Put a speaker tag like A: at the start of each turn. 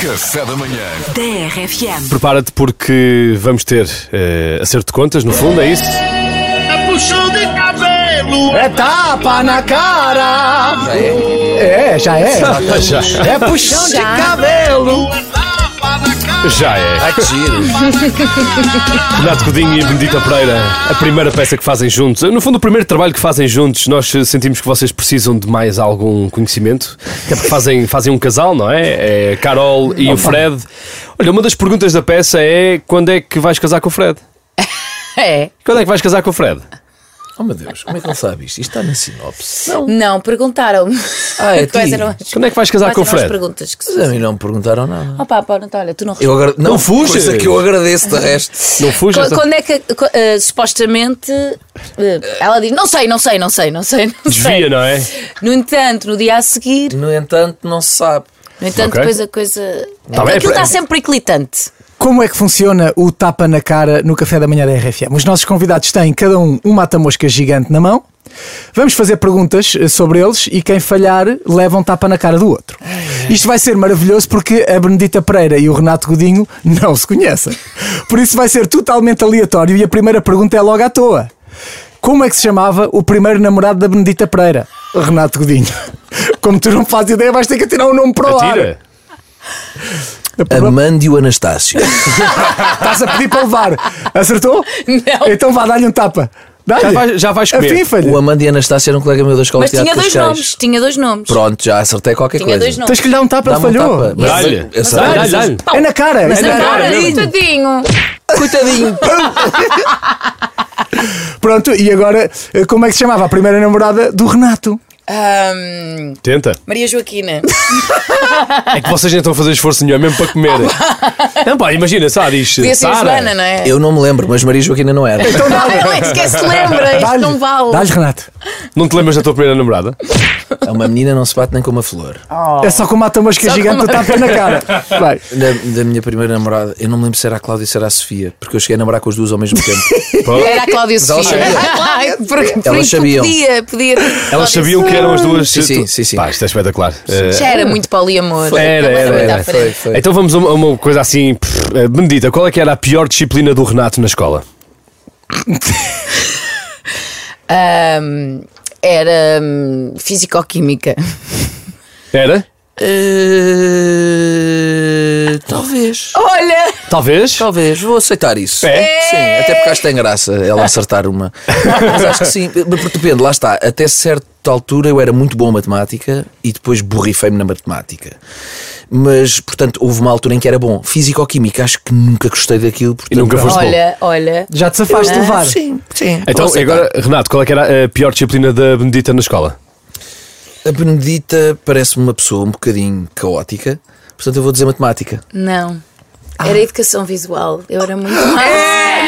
A: Café da manhã.
B: TRFM.
C: Prepara-te porque vamos ter eh, acerto de contas, no fundo, é isso?
D: puxão de cabelo.
E: É tapa na cara! É, já é.
F: Ah, tá,
C: já,
E: É puxão de cabelo!
C: já é.
E: Ai, que giro.
C: Renato Godinho e Benedita Pereira, a primeira peça que fazem juntos. No fundo, o primeiro trabalho que fazem juntos, nós eh, sentimos que vocês precisam de mais algum conhecimento. Até porque fazem, fazem um casal, não é? É Carol e o Fred. Olha, uma das perguntas da peça é quando é que vais casar com o Fred?
G: É.
C: Quando é que vais casar com o Fred?
F: Oh meu Deus, como é que ele sabe isto? Isto está na sinopse. Não,
G: Não, perguntaram-me.
F: Ah, é a ti?
G: Quais eram as,
C: Quando é que vais casar
G: quais
C: com o
G: eram as
C: Fred?
G: perguntas que se...
F: mas a mim não me perguntaram nada.
G: Oh, pá, pá, Natália, tu não
F: Eu agra... Não,
C: fujas!
F: Coisa que eu agradeço de resto.
C: Não fujas?
G: Qu- Quando é que, qu- eh, supostamente, eh, ela diz: Não sei, não sei, não sei, não sei. Não sei.
C: Desvia, não é?
G: No entanto, no dia a seguir,
F: No entanto, não se sabe.
G: no entanto,
C: Ok.
G: depois a coisa.
C: Tá bem,
G: Aquilo
C: é-
G: está sempre eclitante.
E: Como é que funciona o tapa na cara no café da manhã da RFM? Os nossos convidados têm cada um um mata-mosca gigante na mão. Vamos fazer perguntas eh, sobre eles e quem falhar leva um tapa na cara do outro. Isto vai ser maravilhoso porque a Benedita Pereira e o Renato Godinho não se conhecem. Por isso vai ser totalmente aleatório e a primeira pergunta é logo à toa. Como é que se chamava o primeiro namorado da Benedita Pereira? Renato Godinho. Como tu não fazes ideia, vais ter que atirar um nome para o ar.
C: Atira.
F: Amândio Anastácio.
E: Estás a pedir para levar. Acertou?
G: Não.
E: Então vá, dá-lhe um tapa. Dá-lhe.
C: Já vais- já vais comer.
E: Afim, filho.
F: o Amândio Anastácio era um colega meu da escola
G: Mas
F: de teatro
G: tinha dois
F: de Cascais.
G: nomes, tinha dois nomes.
F: Pronto, já acertei qualquer
G: Tinha
F: coisa.
G: dois nomes.
E: Tens que lhe dar um tapa, ele
F: Dá-me um
E: falhou.
F: tapa. Mas-
C: Dá-lhe.
F: eu sei.
C: Dá-lhe, dá-lhe.
E: É na cara. é
G: Mas
E: na cara.
G: agora,
C: mesmo.
G: coitadinho.
F: Coitadinho.
E: Pronto, e agora, eh, como é que se chamava a primeira namorada do Renato?
G: Ahm,
C: Tenta.
G: Maria Joaquina.
C: É que vocês nem estão a fazer esforço nenhum, é mesmo para comer. Não, pá, imagina, Sara, diz.
G: Podia ser a
C: Sara.
G: Joana, não é?
F: eu não me lembro, mas Maria Joaquina não era.
E: Então
G: Não,
E: dá-lhe.
G: não, é que sequer se lembra. Isto
E: Dá-lhe.
G: não vale.
E: Dá-lhe, Renato.
G: é?
C: Não te lembras da tua primeira namorada?
F: É Uma menina não se bate nem com uma flor.
E: É só com o mata-mosca
G: Só
E: gigante,
G: com
E: o tapa é na cara. Vai.
F: Da, da minha primeira namorada, eu não me lembro se era a Cláudia ou se era a Sofia, porque eu cheguei a namorar com as duas ao mesmo tempo.
C: Pá,
G: Era a Cláudia
F: Mas elas
G: Sofia.
F: sabiam.
G: Ai, por- por
F: Elas
G: isso
F: sabiam.
G: Podia, podia. Cláudia
C: Elas sabiam que eram as duas.
F: Sim, sim, sim, sim.
C: Pá, isto é espetacular. Eh,
G: Já era muito poliamor.
C: Era,
G: Estava
C: era,
G: muito
C: era.
G: à frente.
F: Foi.
C: Então vamos a uma, a uma coisa assim. pff, eh, Benedita, qual é que era a pior disciplina do Renato na escola?
G: Ahm, Um, Era hum, fisicoquímica.
C: Era?
F: Eh, talvez.
G: Olha!
C: Talvez.
F: Talvez, vou aceitar isso.
C: É?
F: Sim, até porque acho que tem graça ela acertar uma. Mas acho que sim, porque depende, lá está. Até certa altura eu era muito bom em matemática e depois borrifei-me na matemática. Mas, portanto, houve uma altura em que era bom. Físico-química, acho que nunca gostei daquilo. Portanto,
C: E nunca foste bom.
G: Olha, olha.
E: Já te safaste de levar.
F: Sim, sim.
C: Então,
F: Vou aceitar.
C: agora, Renato, qual é que era a pior disciplina da Benedita na escola? é-
F: A Benedita parece-me uma pessoa um bocadinho caótica, portanto eu vou dizer matemática.
G: Não. Era educação visual. Eu era muito mais.